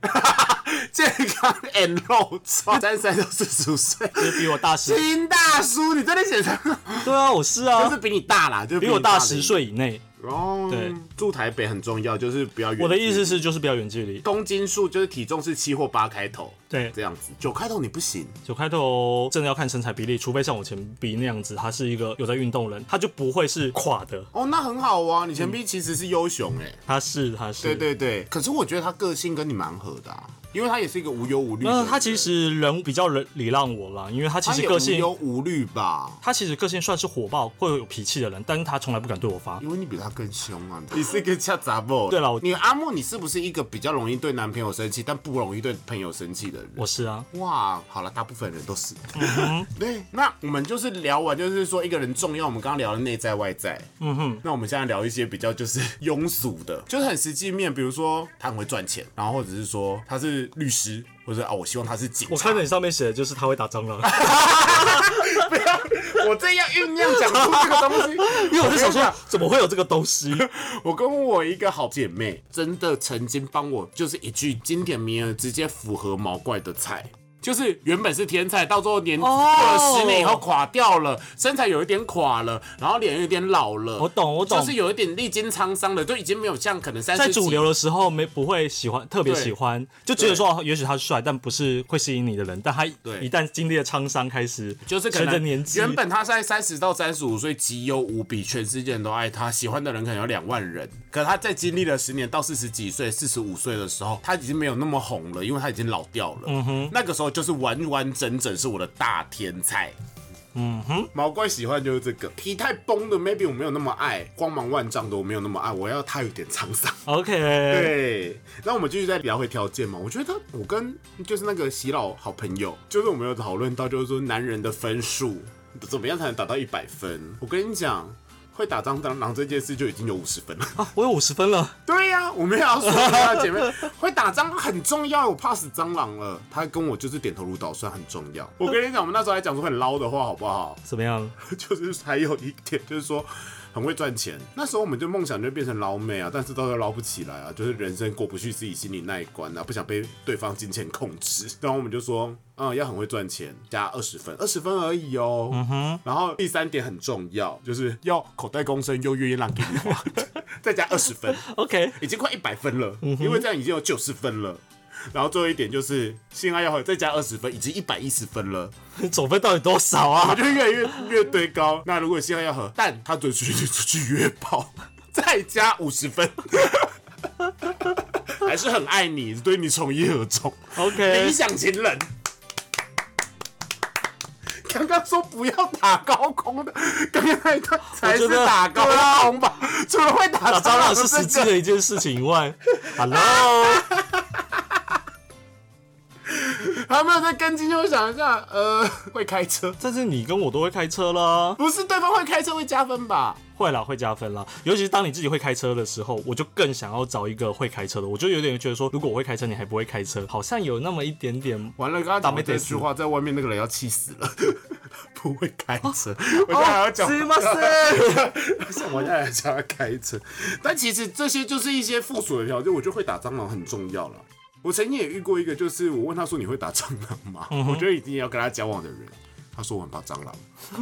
Speaker 1: 健康 and 肉壮，三十三到四十五 (laughs) 岁，
Speaker 2: 就是比我大十，
Speaker 1: 金大叔，你真的写成
Speaker 2: 对啊，我是
Speaker 1: 就
Speaker 2: 啊
Speaker 1: 是，比你大啦，就是
Speaker 2: 比我大
Speaker 1: 你
Speaker 2: 十。岁以内。
Speaker 1: 哦，
Speaker 2: 对，
Speaker 1: 住台北很重要，就是不要远距离。
Speaker 2: 我的意思是，就是不要远距离，
Speaker 1: 公斤数就是体重是七或八开头，
Speaker 2: 对
Speaker 1: 这样子九开头你不行。
Speaker 2: 九开头真的要看身材比例，除非像我前比那样子，他是一个有在运动人，他就不会是垮的，
Speaker 1: 哦，那很好啊，你前臂其实是优雄哎、
Speaker 2: 他是他是，
Speaker 1: 对。对对，可是我觉得他个性跟你蛮合的、啊，因为他也是一个无忧无虑的人。
Speaker 2: 那他其实人比较人礼让我啦，因为他其
Speaker 1: 他
Speaker 2: 实
Speaker 1: 也
Speaker 2: 个
Speaker 1: 无
Speaker 2: 性
Speaker 1: 忧，无虑吧？
Speaker 2: 他其实个性算是火爆会有脾气的人，但是他从来不敢对我发。
Speaker 1: 因为你比他更凶啊，你是个恰杂不？
Speaker 2: 对啦我
Speaker 1: 你阿木，你是不是一个比较容易对男朋友生气，但不容易对朋友生气的人？
Speaker 2: 我嗯是啊，
Speaker 1: 哇，好了，大部分人都是。 (laughs) 对，那我们就是聊完，就是说一个人重要，我们刚刚聊的内在外在。嗯哼，那我们现在聊一些比较就是庸俗的，就是很实际面，比如说他很会赚钱，然后或者是说他是律师，或者啊，我希望他是警察。
Speaker 2: 我看着你上面写的就是他会打蟑螂，
Speaker 1: 不要，我正要酝酿讲出这个东西，
Speaker 2: (laughs) (laughs) 因为我在想
Speaker 1: 跟你讲
Speaker 2: 说怎么会有这个东西？
Speaker 1: 我跟我一个好姐妹，真的曾经帮我，就是一句经典名言，直接符合毛怪的菜。就是原本是天菜，到最后
Speaker 2: 哦
Speaker 1: 年过了十年以后垮掉了，身材有一点垮了，然后脸有点老了。
Speaker 2: 我懂我懂
Speaker 1: 就是有一点历经沧桑了，就已经没有像可能三
Speaker 2: 在
Speaker 1: 十
Speaker 2: 主流的时候没不会喜欢，特别喜欢，就只有说哦也许他是帅，但不是会吸引你的人。但他
Speaker 1: 对
Speaker 2: 一旦经历了沧桑，开始
Speaker 1: 就是可
Speaker 2: 随着
Speaker 1: 能
Speaker 2: 年纪，
Speaker 1: 原本他在三十到三十五岁极优无比，全世界人都爱他，喜欢的人可能有两万人。可他在经历了十年到四十几岁、四十五岁的时候，他已经没有那么红了，因为他已经老掉了。嗯哼，那个时候就是完完整整是我的大天才。嗯哼，毛怪喜欢就是这个皮太崩的，maybe 我没有那么爱，光芒万丈的我没有那么爱，我要他有点沧桑。
Speaker 2: OK，
Speaker 1: 对，那我们继续再聊回条件嘛。我觉得我跟就是那个洗脑好朋友，就是我们有讨论到，就是说男人的分数怎么样才能达到一百分。我跟你讲，会打蟑螂这件事就已经有五十分了。
Speaker 2: 啊，我有五十分了，
Speaker 1: 对呀、我们要说其他姐妹会打蟑螂很重要，我怕死蟑螂了。他跟我就是点头如捣蒜，很重要。我跟你讲，我们那时候还讲说很捞的话，好不好？
Speaker 2: 怎么样？
Speaker 1: (laughs) 就是还有一点就是说。很会赚钱，那时候我们就梦想就变成捞妹啊，但是到时候捞不起来啊，就是人生过不去自己心里那一关啊，不想被对方金钱控制。 (laughs) 然后我们就说，嗯，要很会赚钱，加二十分，二十分而已哦。嗯哼。然后第三点很重要，就是要口袋公升又愿意让给你花， (laughs) 再加二十分。
Speaker 2: OK， (laughs)
Speaker 1: 已经快一百分了，因为这样已经有九十分了。然后最后一点就是性爱要会再加二十分，已经一百一十分了，
Speaker 2: 总分到底多少
Speaker 1: 我
Speaker 2: 啊？
Speaker 1: 就越来越越堆高。那如果性爱要和但他准许你出去约炮，再加五十分，还是很爱你，对你从一而终 (laughs)
Speaker 2: OK
Speaker 1: 理想情人。刚刚说不要打高空的，刚刚那一段才是
Speaker 2: 我觉得
Speaker 1: 打
Speaker 2: 啊
Speaker 1: 高空吧？除了会打
Speaker 2: 打蟑螂是
Speaker 1: 的
Speaker 2: 实
Speaker 1: 这
Speaker 2: 际
Speaker 1: 个
Speaker 2: 的一件事情
Speaker 1: (laughs)
Speaker 2: 以外，Hello，
Speaker 1: 他没有在跟进，就想一下，呃，会开车，
Speaker 2: 但是你跟我都会开车啦，
Speaker 1: 不是对方会开车会加分吧？
Speaker 2: 会啦，会加分啦。尤其是当你自己会开车的时候，我就更想要找一个会开车的。我就有点觉得说，如果我会开车，你还不会开车，好像有那么一点点。
Speaker 1: 完了，刚刚
Speaker 2: 打
Speaker 1: 讲
Speaker 2: 没
Speaker 1: 的这
Speaker 2: 得死
Speaker 1: 句话，在外面那个人要气死了。 (laughs) 不会开车，我刚才还要讲，
Speaker 2: 哦是吗？
Speaker 1: (laughs)
Speaker 2: 是
Speaker 1: 像我现在想要开车，但其实这些就是一些附属的条件，我觉得会打蟑螂很重要了。我曾经也遇过一个，就是我问他说你会打蟑螂吗？我觉得一定要跟他交往的人，他说我很怕蟑螂。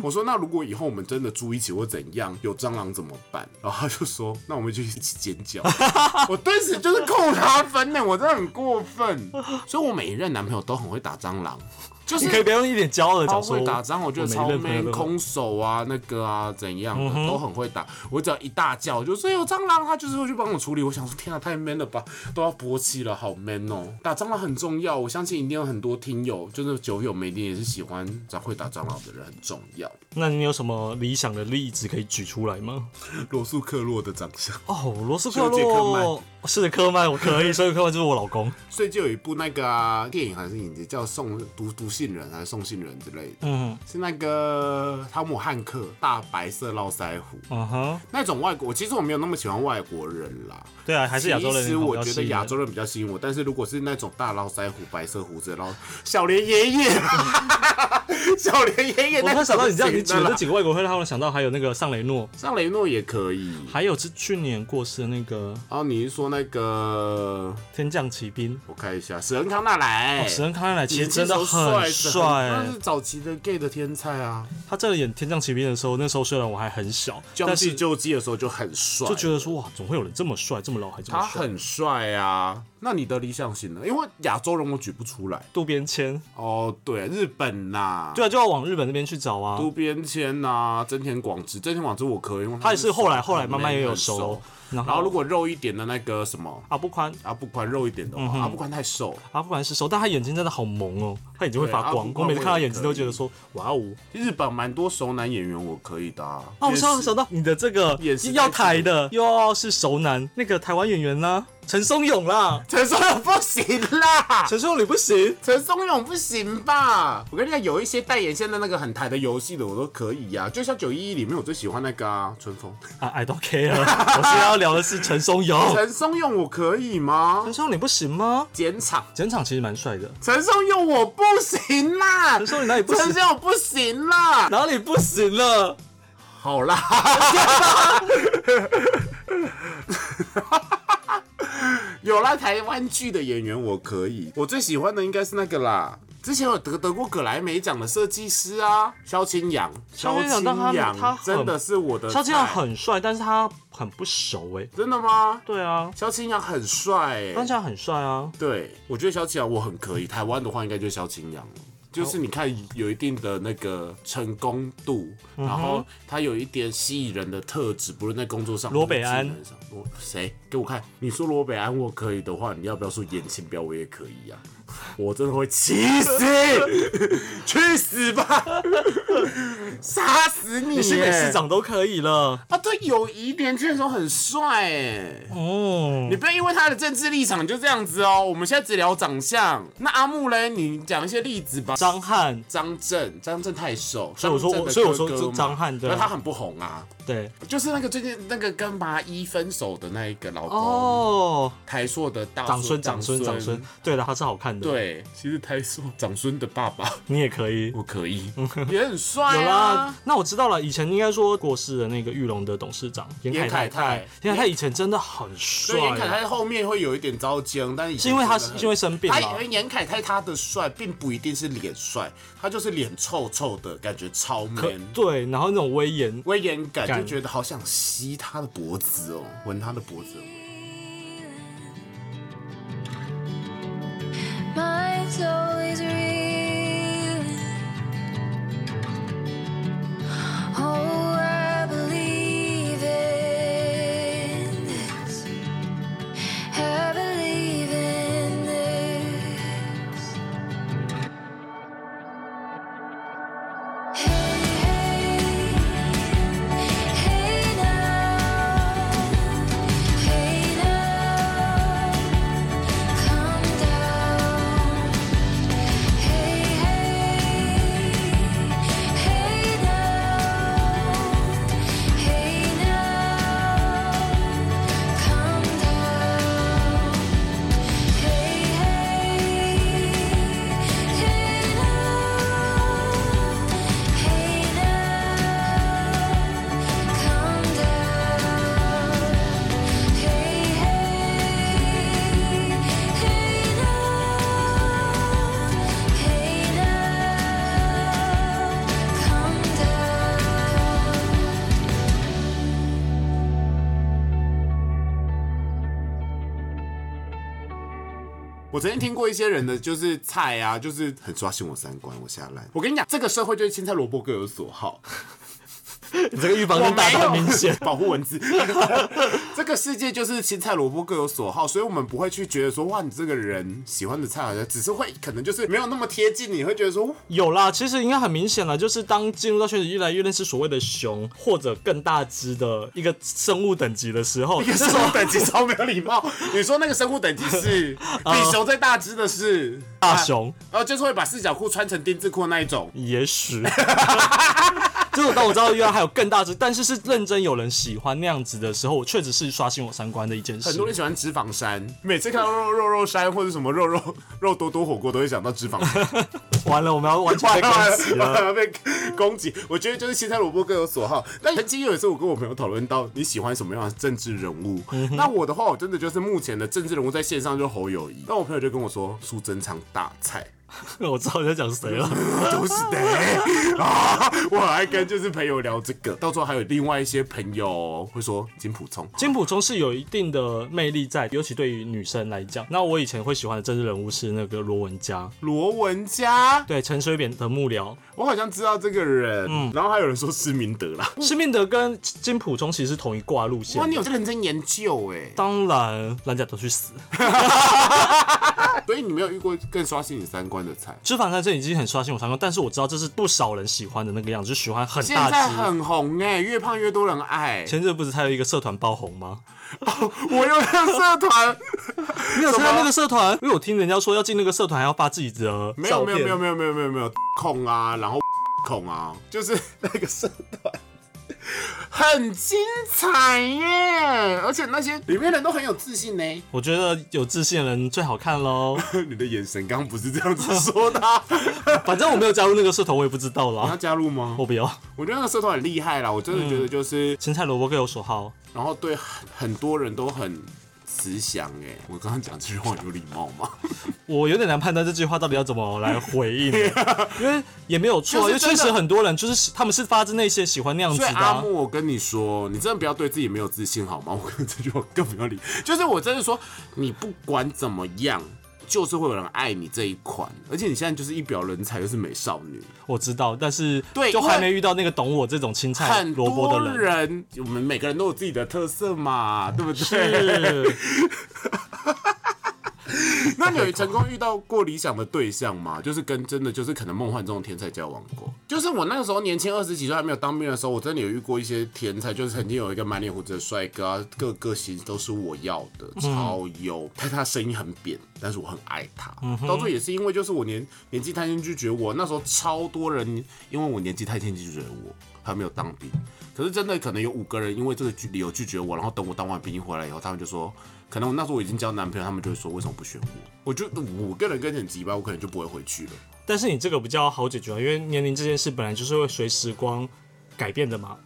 Speaker 1: 我说那如果以后我们真的住一起或怎样，有蟑螂怎么办？然后他就说那我们就一起尖叫。 (laughs) 我顿时就是扣他分呢，我真的很过分。所以我每一任男朋友都很会打蟑螂，就是
Speaker 2: (laughs) 你可以不要用一点骄傲的
Speaker 1: 超
Speaker 2: 讲说
Speaker 1: 会打蟑，我觉得
Speaker 2: 每一
Speaker 1: 超
Speaker 2: 任朋友
Speaker 1: man，
Speaker 2: 都
Speaker 1: 空手啊，那个啊，怎样的都很会打。我只要一大叫，我就说有蟑螂，他就是会去帮我处理。我想说，天啊，太 man 了吧，都要勃起了，好 man 哦！打蟑螂很重要，我相信一定有很多听友，就是酒友们一定也是喜欢长会打蟑螂的人，很重要。
Speaker 2: 那你有什么理想的例子可以举出来吗？
Speaker 1: 罗素克洛的长相，
Speaker 2: 哦，罗斯克
Speaker 1: 休杰克曼
Speaker 2: 洛是的，科曼我可以，所以科曼就是我老公。
Speaker 1: 所以就有一部那个、啊、电影还是影集叫《送毒毒杏仁》还是《送杏仁》之类的，
Speaker 2: 嗯
Speaker 1: 是那个汤姆汉克大白色络腮胡。
Speaker 2: 嗯哼，
Speaker 1: 那种外国，其实我没有那么喜欢外国人啦。
Speaker 2: 对啊，还是亚洲人。
Speaker 1: 其实我觉得亚洲人比较吸引我，但是如果是那种大络腮胡、白色胡子，然后小莲爷爷， (laughs) 小莲爷爷，
Speaker 2: 我突然想到你这样，你举
Speaker 1: 觉
Speaker 2: 的
Speaker 1: 得
Speaker 2: 这几个外国会让他们想到还有那个尚雷诺，
Speaker 1: 上雷诺也可以。
Speaker 2: 还有是去年过世的那个《
Speaker 1: 哦，你是说那个？
Speaker 2: 天降奇兵
Speaker 1: 我看一下，史恩康纳》莱，
Speaker 2: 史哦恩康奈其实
Speaker 1: 年轻
Speaker 2: 真
Speaker 1: 时
Speaker 2: 的
Speaker 1: 候
Speaker 2: 很
Speaker 1: 帅，他
Speaker 2: 帅
Speaker 1: 哎是。嗯早期的 gay 的天才啊。
Speaker 2: 他在演《天降奇兵》的时候，那时候虽然我还很小，
Speaker 1: 将
Speaker 2: 但
Speaker 1: 计
Speaker 2: 是就
Speaker 1: 就计的时候就很帅，
Speaker 2: 觉得说哇，总会有人这么帅，这么老还这
Speaker 1: 他
Speaker 2: 么帅。
Speaker 1: 很帅啊。那你的理想型呢？因为亚洲人我举不出来。
Speaker 2: 渡边谦，
Speaker 1: 哦，对，日本呐、
Speaker 2: 对啊，就要往日本那边去找啊。
Speaker 1: 渡边谦呐，真田广之，真田广之我可以，因为
Speaker 2: 他也是后来
Speaker 1: 很
Speaker 2: 后来慢慢也有
Speaker 1: 很
Speaker 2: 熟
Speaker 1: 熟。，
Speaker 2: 然
Speaker 1: 然后如果肉一点的那个什么
Speaker 2: 阿不宽，
Speaker 1: 阿布宽肉一点的
Speaker 2: 嗯
Speaker 1: 话，阿布宽太瘦了。
Speaker 2: 阿不宽是熟，但他眼睛真的好萌哦，他眼睛会
Speaker 1: 对
Speaker 2: 发
Speaker 1: 阿
Speaker 2: 光
Speaker 1: 布。宽
Speaker 2: 我每次
Speaker 1: 我也
Speaker 2: 看他眼睛
Speaker 1: 可
Speaker 2: 都
Speaker 1: 以
Speaker 2: 觉得说哇哦。
Speaker 1: 日本蛮多熟男演员我可以的、啊。
Speaker 2: 哦，我想
Speaker 1: 也是
Speaker 2: 想到你的这个
Speaker 1: 也是
Speaker 2: 要台的，又要是熟男，那个台湾演员啦，陈松勇
Speaker 1: (laughs)
Speaker 2: 啦，
Speaker 1: 陈松勇不行啦，
Speaker 2: 陈松勇你不行，
Speaker 1: 陈松勇不行吧？我跟你讲，有一些代言现在那个很台的游戏的我都可以呀、就像九一一里面我最喜欢那个啊，春风。
Speaker 2: 啊，I don't care，我 (laughs) 现在要聊的是陈松勇，
Speaker 1: (laughs) 陈松勇我可以吗
Speaker 2: 哦陈？松勇你不行吗？
Speaker 1: 剪场。
Speaker 2: 整场其实蛮帅的，
Speaker 1: 陈松勇我不行啦，
Speaker 2: 陈松勇哪里不行
Speaker 1: 陈松勇不行啦。
Speaker 2: 哪里不行了？
Speaker 1: 好啦， (laughs) 有啦，台湾剧的演员我可以，我最喜欢的应该是那个啦。之前有得得过葛莱美奖的设计师啊，萧清扬，
Speaker 2: 萧
Speaker 1: 萧清
Speaker 2: 清扬但他他
Speaker 1: 扬
Speaker 2: 很
Speaker 1: 真的是我的菜，
Speaker 2: 萧敬腾很帅，但是他很不熟哎、
Speaker 1: 真的吗？
Speaker 2: 对啊，
Speaker 1: 萧清扬很帅、欸，
Speaker 2: 张敬腾很帅啊，
Speaker 1: 对，我觉得萧敬腾我很可以。台湾的话，应该就是萧敬阳了。就是你看有一定的那个成功度，
Speaker 2: 嗯
Speaker 1: 然后他有一点吸引人的特质，不论在工作上，
Speaker 2: 罗北安
Speaker 1: 或者在技能上，罗谁给我看？你说罗北安我可以的话，你要不要说严清标我也可以呀、啊我真的会气
Speaker 2: (laughs)
Speaker 1: 死，去死吧，杀死你耶！
Speaker 2: 你
Speaker 1: 你
Speaker 2: 新北市长都可以了，
Speaker 1: 啊？对，友谊年轻的时候很帅哎。
Speaker 2: 哦
Speaker 1: 你，不要因为他的政治立场就这样子哦。我们现在只聊长相，那阿木嘞，你讲一些例子吧。
Speaker 2: 张翰。
Speaker 1: 张震，张震太瘦，
Speaker 2: 所以我说
Speaker 1: 张震的
Speaker 2: 所以我说
Speaker 1: 哥哥嘛
Speaker 2: 张翰对啊
Speaker 1: 那他很不红啊。
Speaker 2: 对，
Speaker 1: 就是那个最近那个跟麻衣分手的那一个老公，
Speaker 2: 哦，
Speaker 1: 台硕的大
Speaker 2: 长孙长孙长孙，，对了，他是好看的，，
Speaker 1: 对，其实台硕长孙的爸爸，
Speaker 2: 你也可以。
Speaker 1: 我可
Speaker 2: (laughs)
Speaker 1: 以，也很帅
Speaker 2: 有啦
Speaker 1: 啊。，
Speaker 2: 那我知道了。以前应该说过世的那个玉龙的董事长严
Speaker 1: 严
Speaker 2: 凯
Speaker 1: 凯泰
Speaker 2: 泰，严凯泰以前真的很
Speaker 1: 所
Speaker 2: 帅
Speaker 1: 以
Speaker 2: 欸，
Speaker 1: 严凯泰后面会有一点遭僵，但
Speaker 2: 是因为他是因
Speaker 1: 为
Speaker 2: 为生病
Speaker 1: 他
Speaker 2: 了
Speaker 1: 因，为严凯泰他的帅并不一定是脸帅，他就是脸臭臭的感觉超
Speaker 2: 可
Speaker 1: man，
Speaker 2: 对，然后那种威严，
Speaker 1: 威严感
Speaker 2: 感
Speaker 1: 就觉得好想吸他的脖子哦，闻他的脖子。
Speaker 3: Mine's always reeling. Oh, I believe in this. I believe in this. Hey, hey, hey now, hey now. Come down, hey hey, hey now, hey now. Come down, hey hey, hey now, hey now. Come down, hey hey. Hey now, hey now, come down.
Speaker 1: 我曾经听过一些人的就是菜啊，就是很刷新我三观，我下来。我跟你讲，这个社会就是青菜萝卜各有所 (laughs) 好。
Speaker 2: 你这个预防
Speaker 1: 我
Speaker 2: 针打
Speaker 1: 没
Speaker 2: 的
Speaker 1: 有。
Speaker 2: 很明显
Speaker 1: 保护文字。 (laughs) 这个世界就是青菜萝卜各有所好，所以我们不会去觉得说哇，你这个人喜欢的菜好像，只是会可能就是没有那么贴近，你会觉得说
Speaker 2: 有啦，其实应该很明显了，就是当进入到圈子越来越认识所谓的熊或者更大只的一个生物等级的
Speaker 1: (laughs)
Speaker 2: 时 (laughs) 候，
Speaker 1: 你
Speaker 2: 那
Speaker 1: 生
Speaker 2: 时候
Speaker 1: 物等级超没有礼貌。你说那个生物等级是 (laughs) 比熊再大只的是
Speaker 2: 大熊
Speaker 1: 呃，就是会把四角裤穿成丁字裤那一种。
Speaker 2: 也许。就是当我知道原来还有更大只，但是是认真有人喜欢那样子的时候，我确实是刷新我三观的一件事
Speaker 1: 很。多人喜欢脂肪山，每次看到肉肉肉山或者什么肉肉肉多多火锅，都会想到脂肪 (laughs) 山。
Speaker 2: 完了，我们要完全被攻击了。
Speaker 1: (laughs) 了，被攻击。我觉得就是青菜萝卜各有所好。但曾经有一次，我跟我朋友讨论到你喜欢什么样的政治人物。那我的话，我真的就是目前的政治人物在线上就是侯友谊。那我朋友就跟我说，苏贞昌大菜。
Speaker 2: (laughs) 我知道你在讲谁了。
Speaker 1: 都是的 (laughs) 啊！我还跟就是朋友聊这个，到时候还有另外一些朋友会说金普聪，
Speaker 2: 金普中是有一定的魅力在，尤其对于女生来讲。那我以前会喜欢的政治人物是那个罗文佳，
Speaker 1: 罗文佳，
Speaker 2: 对陈水扁的幕僚。
Speaker 1: 我好像知道这个人。然后还有人说施明德啦。
Speaker 2: 施明德跟金普中其实是同一挂路线
Speaker 1: 哇，。你有认真研究哎、
Speaker 2: 当然，蓝甲都去死。
Speaker 1: (laughs) 所以你没有遇过更刷新你三观的菜。
Speaker 2: 脂肪在这已经很刷新我三观，但是我知道这是不少人喜欢的那个样子，就喜欢很
Speaker 1: 现在
Speaker 2: 大只。
Speaker 1: 很红哎、越胖越多人爱。
Speaker 2: 前阵不是还有一个社团爆红
Speaker 1: (laughs)
Speaker 2: 吗？
Speaker 1: 我有那个社团，
Speaker 2: 你有参加那个社团？啊因为我听人家说要进那个社团还要发自己的
Speaker 1: 没
Speaker 2: 照
Speaker 1: 有
Speaker 2: 片
Speaker 1: 没有没有没有没有没有没有控啊，然后控啊，就是那个社团。很精彩耶！而且那些里面人都很有自信呢。
Speaker 2: 我觉得有自信的人最好看喽。
Speaker 1: 你的眼神刚刚不是这样子说的啊、
Speaker 2: 反正我没有加入那个社团，我也不知道
Speaker 1: 你要
Speaker 2: 啦。
Speaker 1: 加入吗？
Speaker 2: 我不要。
Speaker 1: 我觉得那个社团很厉害啦，我真的觉得就是，
Speaker 2: 青菜萝卜各有所好。
Speaker 1: 然后对很多人都很慈祥哎。我刚刚讲这句话有礼貌吗？
Speaker 2: 我有点难判断这句话到底要怎么来回应，欸
Speaker 1: (laughs)
Speaker 2: 因为也没有错啊，因
Speaker 1: 就
Speaker 2: 为
Speaker 1: 是真的
Speaker 2: 确实很多人就是喜他们是发自内心喜欢那样子
Speaker 1: 所
Speaker 2: 的
Speaker 1: 以阿
Speaker 2: 啊、
Speaker 1: 木，我跟你说，你真的不要对自己没有自信好吗？ (laughs) 我跟这句话更不要理，就是我真的说，你不管怎么样，就是会有人爱你这一款，而且你现在就是一表人才，又是美少女，
Speaker 2: 我知道，但是
Speaker 1: 对
Speaker 2: 就
Speaker 1: 因为
Speaker 2: 还没遇到那个懂我这种青菜
Speaker 1: 很
Speaker 2: 萝卜
Speaker 1: 多
Speaker 2: 的人。
Speaker 1: 人，我们每个人都有自己的特色嘛，对不对？
Speaker 2: 是，
Speaker 1: (laughs) 那你有成功遇到过理想的对象吗？就是跟真的就是可能梦幻中的天才交往过。就是我那个时候年轻二十几岁还没有当兵的时候，我真的有遇过一些天才，就是曾经有一个满脸胡子的帅哥、啊，各个型都是我要的，超优。但他声音很扁，但是我很爱他。到最后也是因为就是我年年纪太轻拒绝我，那时候超多人因为我年纪太轻拒绝我。还没有当兵。可是真的可能有五个人因为这个拒理由拒绝我，然后等我当完兵回来以后，他们就说，可能我那时候我已经交男朋友，他们就会说为什么不选我？我就五个人跟你很急吧，我可能就不会回去了。
Speaker 2: 但是你这个比较好解决啊，因为年龄这件事本来就是会随时光改变的嘛。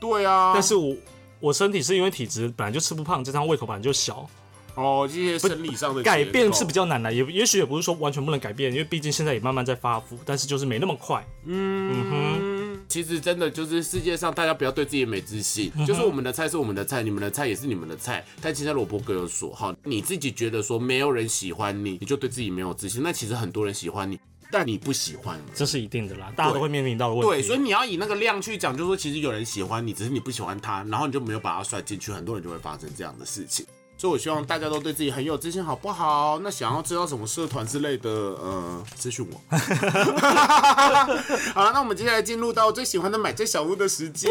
Speaker 1: 对啊，
Speaker 2: 但是我我身体是因为体质本来就吃不胖，加上胃口本来就小，
Speaker 1: 哦，这些生理上的
Speaker 2: 改
Speaker 1: 结
Speaker 2: 变
Speaker 1: 构
Speaker 2: 是比较难的，也也许也不是说完全不能改变，因为毕竟现在也慢慢在发福，但是就是没那么快。嗯
Speaker 1: 嗯其实真的就是世界上大家不要对自己没自信，
Speaker 2: 嗯
Speaker 1: 就是我们的菜是我们的菜，你们的菜也是你们的菜，但其实萝卜各有所好。你自己觉得说没有人喜欢你，你就对自己没有自信。那其实很多人喜欢你，但你不喜欢。
Speaker 2: 这是一定的啦，大家都会面临到的问题。
Speaker 1: 对，所以你要以那个量去讲，就是说其实有人喜欢你，只是你不喜欢他，然后你就没有把他算进去，很多人就会发生这样的事情。所以我希望大家都对自己很有自信，好不好？那想要知道什么社团之类的，呃，咨询我。 (laughs) 好了，那我们接下来进入到最喜欢的买最小屋的时间。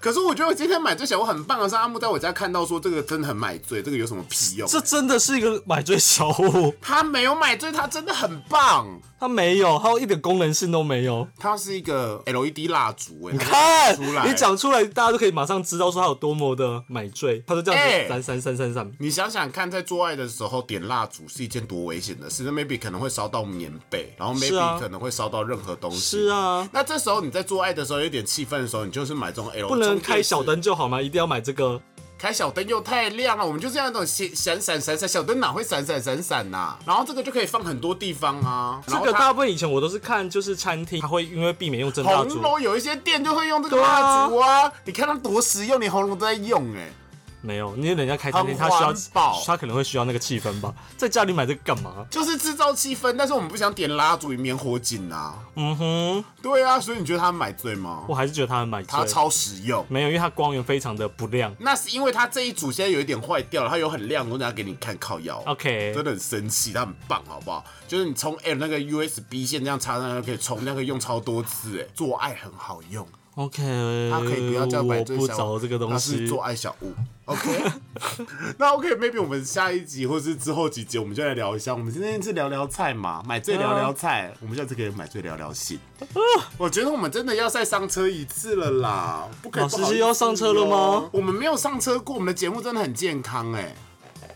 Speaker 1: 可是我觉得我今天买最小屋很棒啊的是阿木在我家看到说这个真的很买醉，这个有什么屁用？
Speaker 2: 这真的是一个买醉小物， (laughs)
Speaker 1: 他没有买醉，他真的很棒。
Speaker 2: 它没有，它一点功能性都没有。
Speaker 1: 它是一个 LED 蜡烛，哎，你
Speaker 2: 看
Speaker 1: 出来，，
Speaker 2: 你讲出来，大家都可以马上知道说它有多么的买醉。它就这样
Speaker 1: 哎
Speaker 2: 子闪闪闪闪闪。
Speaker 1: 你想想看，在做爱的时候点蜡烛是一件多危险的事，那 maybe 可能会烧到棉被，然后
Speaker 2: 是啊
Speaker 1: maybe 可能会烧到任何东西。
Speaker 2: 是啊
Speaker 1: 那这时候你在做爱的时候有点气氛的时候，你就是买这种 L，
Speaker 2: 不能开小，灯就好吗？一定要买这个？
Speaker 1: 开小灯又太亮了，我们就这样那种闪闪闪闪闪，小灯哪会闪闪闪闪呐？然后这个就可以放很多地方啊。
Speaker 2: 这
Speaker 1: 然后
Speaker 2: 个
Speaker 1: 它
Speaker 2: 大部分以前我都是看，就是餐厅，它会因为避免用真蜡烛
Speaker 1: 红，楼有一些店就会用这个
Speaker 2: 对啊
Speaker 1: 蜡烛啊，你看它多实用，连红楼都在用哎、
Speaker 2: 没有，因为人家开餐厅，
Speaker 1: 很
Speaker 2: 他需要
Speaker 1: 环保，
Speaker 2: 他可能会需要那个气氛吧。在家里买这个干嘛？
Speaker 1: 就是制造气氛，但是我们不想点蜡烛与棉火锦啊。
Speaker 2: 嗯哼，
Speaker 1: 对啊，所以你觉得他买醉吗？
Speaker 2: 我还是觉得它很买醉
Speaker 1: 它。超实用。
Speaker 2: 没有，因为它光源非常的不亮。
Speaker 1: 那是因为它这一组现在有一点坏掉了，它有很亮，我等下给你看靠腰。
Speaker 2: OK，
Speaker 1: 真的很生气，它很棒，好不好？就是你充 L 那个 USB 线这样插上去就可以充，那个用超多次，哎，做爱很好用。
Speaker 2: OK，
Speaker 1: 它可以不要叫
Speaker 2: 呃我
Speaker 1: 买醉
Speaker 2: 不
Speaker 1: 小屋
Speaker 2: 找这个东
Speaker 1: 它是
Speaker 2: 西。
Speaker 1: 做爱小物。OK，那 OK，maybe、我们下一集或是之后几集，我们就来聊一下。我们今天是聊聊菜嘛，买醉聊聊菜，我们下次可以买醉聊聊性。
Speaker 2: 啊
Speaker 1: 我觉得我们真的要再上车一次了啦，不可以
Speaker 2: 老师
Speaker 1: 不好意思
Speaker 2: 是要上车了吗
Speaker 1: 哦？我们没有上车过，我们的节目真的很健康哎、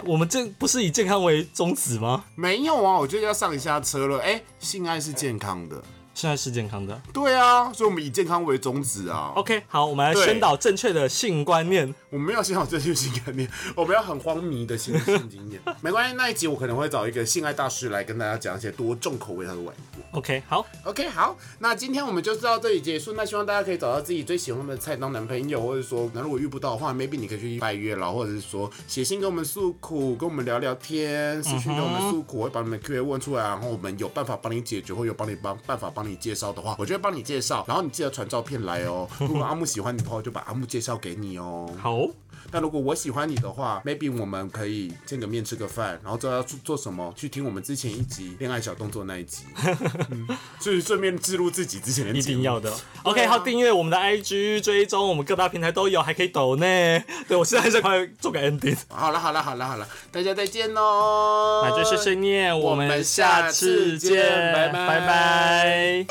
Speaker 2: 我们这不是以健康为宗旨吗？
Speaker 1: 没有啊，我觉得要上一下车了。哎、性爱是健康的，
Speaker 2: 现在是健康的。
Speaker 1: 对啊，所以我们以健康为宗旨啊。
Speaker 2: OK，好，我们来
Speaker 1: 对
Speaker 2: 宣导正确的性观念。
Speaker 1: 我们没有先有正确性概念，我们要很荒迷的性性经验。没关系，那一集我可能会找一个性爱大师来跟大家讲一些多重口味他的玩意。
Speaker 2: OK，好，
Speaker 1: OK，好，那今天我们就是到这里结束。那希望大家可以找到自己最喜欢的菜当男朋友，或者说，那如果遇不到的话，maybe 你可以去拜月老，或者是说写信给我们诉苦，跟我们聊聊天，私讯给我们诉苦，我会把你们 Q&A 问出来，然后我们有办法帮你解决，或有帮你帮办法帮你介绍的话，我就会帮你介绍。然后你记得传照片来哦。如果阿木喜欢你的话，我就把阿木介绍给你哦。
Speaker 2: 好，
Speaker 1: 那如果我喜欢你的话，maybe 我们可以见个面吃个饭，然后知道要做做什么，去听我们之前一集恋爱小动作那一
Speaker 2: (laughs)
Speaker 1: 集，嗯、所以顺便记录自己之前的
Speaker 2: 一
Speaker 1: 节目
Speaker 2: 定要的。OK，、好，订阅我们的 IG，追踪我们各大平台都有，还可以抖呢。 (laughs) 对我现在在快做个 ending，
Speaker 1: 好了好了好了好了，大家再见喽！
Speaker 2: 买醉碎碎念，我
Speaker 1: 我
Speaker 2: 们
Speaker 1: 们
Speaker 2: 下
Speaker 1: 下次
Speaker 2: 次见
Speaker 1: 见，拜拜
Speaker 2: 拜拜